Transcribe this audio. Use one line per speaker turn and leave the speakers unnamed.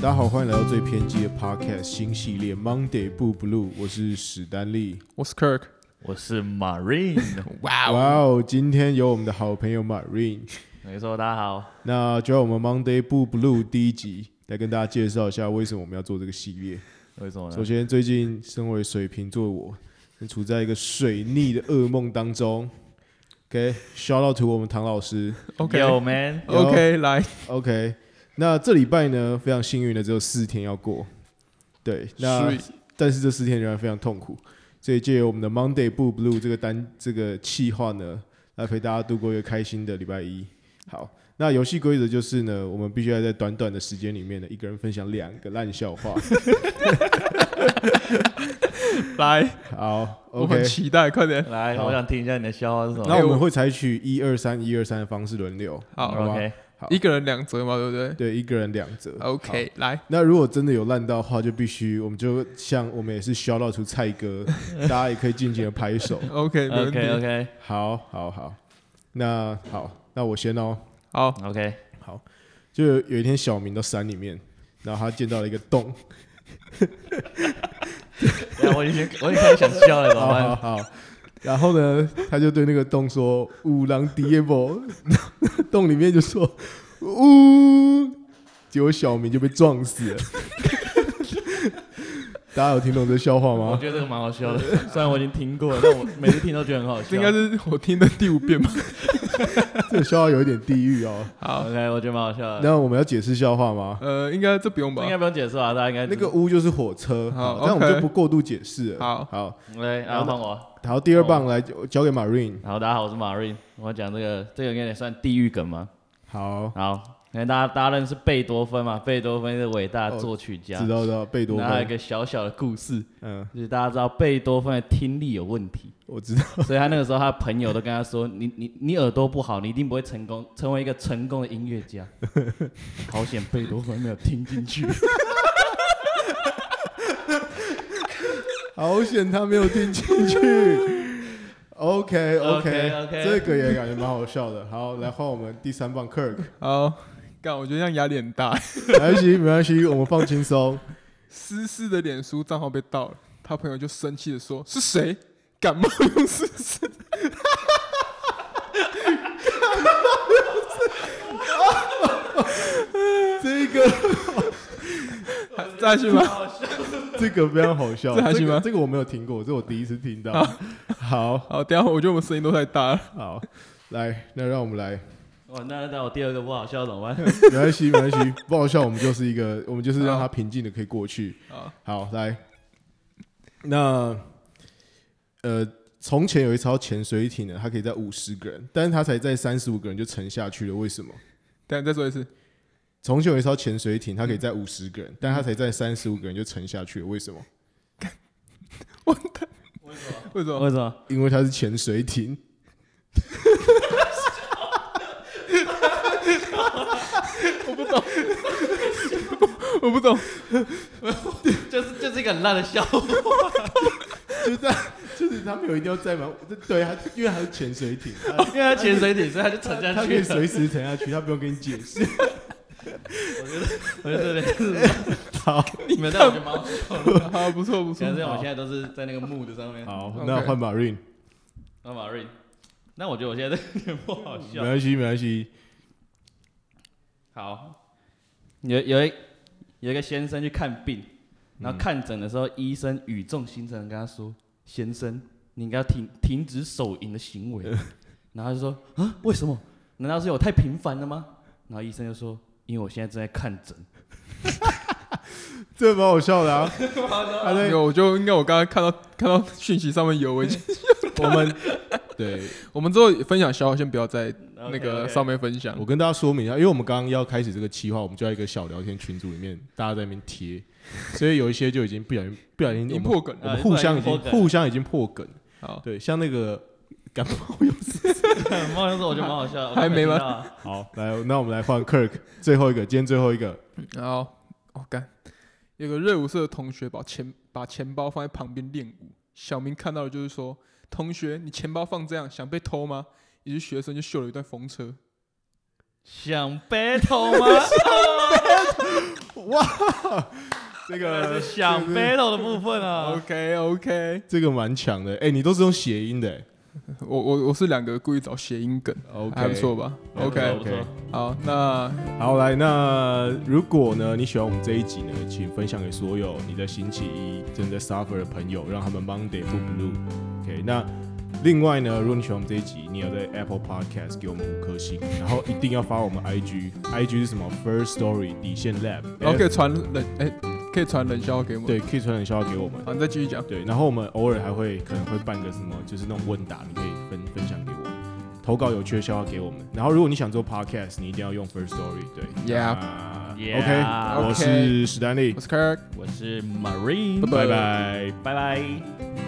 大家好，欢迎来到最偏激的 Podcast 新系列 Monday 不 Blue，我是史丹利。
我是 Kirk，
我是 Marine，
哇哦，今天有我们的好朋友 Marine，
没错，大家好。
那就让我们 Monday 不 Blue 第一集来跟大家介绍一下为什么我们要做这个系列。
为什么
首
呢？
先，最近身为水瓶座的我，正处在一个水逆的噩梦当中。OK，shout、out to 我们唐老师。
OK
Yo man，
OK，来，
OK，那这礼拜呢，非常幸运的只有四天要过。对，那
Sweet
但是这四天仍然非常痛苦，所以借由我们的 Monday Blue Blue 这个单这个企划呢，来陪大家度过一个开心的礼拜一。好，那游戏规则就是呢，我们必须要在短短的时间里面呢，一个人分享两个烂笑 话。
来，
好
我
，OK
很。哦期待，快点，
来，
好
我想听一下你的笑话是什么。
那我们会采取一二三一二三的方式轮流，
好
好吧
OK，
好
一个人两折嘛，对不对
对，一个人两折。
？OK，来，
那如果真的有烂到的话，就必须我们就像我们也是 shout out 出蔡哥，大家也可以尽情的拍手。
OK，没问
OK
题，
OK
好，好，好，那好，那我先哦。
好，
OK，
好，就有一天小明到山里面，然后他见到了一个洞。
那啊我已经 我已经开始想笑了，怎么
好好
办？
好。然后呢，他就对那个洞说：“五郎迪耶波。” 洞里面就说：“呜。”结果小明就被撞死了。 大家有听懂这笑话
我
吗？
觉得这个蛮好笑的， 虽然我已经听过了，但我每次听都觉得很好
这
笑。
应该是我听的第五 遍吧？
这个笑话有一点地狱哦。
好，
OK，我觉得蛮好笑的。
那我们要解释笑话吗？
呃，应该这不用吧
应该不用解释吧？大家应该
那
知
个屋就是火车，
呃好
好但我们就
OK
不过度解释了。
好
好，
来，然后换我。
好，第二棒来交交给 Marine。
好，大家好，我是 Marine，我讲这个这个应该也算地狱梗吗？
好，
好，因为大家大家认识贝多芬嘛？贝多芬是伟大的作曲家
知，道知道，贝多
然后有一
芬。
个小小的故事，
嗯，
就是大家知道贝多芬的听力有问题。
我知道。
所以他那个时候，他的朋友都跟他说：“你你你耳朵不好，你一定不会成功成为一个成功的音乐家。”好险，贝多芬没有听进 去。
好险他没有听进去。OK
OK，OK
这个也感觉蛮好笑的。好，来换我们第三棒 Kirk，
好，干，我觉得这样压力很大。
没关系没关系，我们放轻 松。
思思的脸书账号被盗了，他朋友就生气的说：“是谁感冒用思思
这个？”
还再去吗？
这个非常好笑，
这还
这
行
个
吗
这个我没有听过，这我第一次听到。好
好，等一下我觉得我们声音都太大了。
好，来，那让我们来，
哇，哦那那我第二个不好笑怎么 办？
没关系没关系，不好笑，我们就是一个，我们就是让它平静的可以过去。
好，
好，来，那呃，从前有一艘潜水艇呢，它可以在五十个人，但是它才在三十五个人就沉下去了。为什么？
等一下再说一次。
从前有一艘潜水艇，它可以在五十个人，但它才在三十五个人就沉下去了。为什么？
为什么？
为什么？
因为它是潜水艇。
我不懂。
就是就是一个很烂的笑话。
就在就是他没有一定要载满，对，它因为它是潜水艇，它
因为他潜水艇，所以他就沉
它
下
可
去
以
了。
随时沉下去，它不用跟你解释。
我觉得这个
好，
你们但我觉得蛮好笑 的。
好，不错不错
现。在我们现在都是在那个木的上面。
好
OK，
那换 Marine，
那马瑞，那我觉得我现在这个有点不好
没
笑。
关系没关系，
好，有有一有一个先生去看病，
嗯
然后看诊的时候，医生语重心长地跟他说：“先生，你应该要停停止手淫的行为。” 然后他就说：“啊，为什么？难道是我太频繁了吗？”然后医生就说：“因为我现在正在看诊。
这蛮好笑的啊。他
没
在
有，我就应该我刚刚看到看到讯息上面有，我已 经
我们对。
我们之后分享消息先不要在
OK，OK ”
那个上面分享
我跟大家说明一下，因为我们刚刚要开始这个企划，我们就在一个小聊天群组里面，大家在那边贴，所以有一些就已经不小心不小心
已
我
经
们
破梗
我
了。
们互相已
啊
经
已经破梗
互相已经破梗，
好，
对，像那个感冒有事。
很冒的时候我觉得蛮好笑的，我
还
刚才
没吗
听到啊？
好，来，那我们来换 Kirk 最后一个，今天最后一个，
然后哦干，有个热舞社的同学把钱把钱包放在旁边练舞，小明看到了就是说：“同学，你钱包放这样，想被偷吗？”于是学生就秀了一段风车。
想 battle 吗？
这
这
个
是想 battle 的部 分啊。
OK OK，
这个蛮强的，哎、你都是用谐音的、
我我我是两个故意找谐音梗
o k
还不错吧
还
？OK，
不错
，OK
好，那
好，来，那如果呢你喜欢我们这一集呢，请分享给所有你在星期一正在 suffer 的朋友，让他们 Monday 不 blue。OK，那另外呢，如果你喜欢我们这一集，你有在 Apple Podcast 给我们五颗星，然后一定要发我们 IG，IG 是什么？First Story 底线 Lab，
然后可以传冷哎，可以传冷笑话给我们。，
对，可以传点笑话给我们。
好，你再继续讲。
对，然后我们偶尔还会可能会办个什么，就是那种问答，你可以分分享给我们，投稿有趣的笑话给我们。然后如果你想做 podcast，你一定要用 First Story 对。
Yeah
那
Yeah
OK，我是史丹利
我，是 Kirk。
我是 Marine，
拜拜。
拜拜。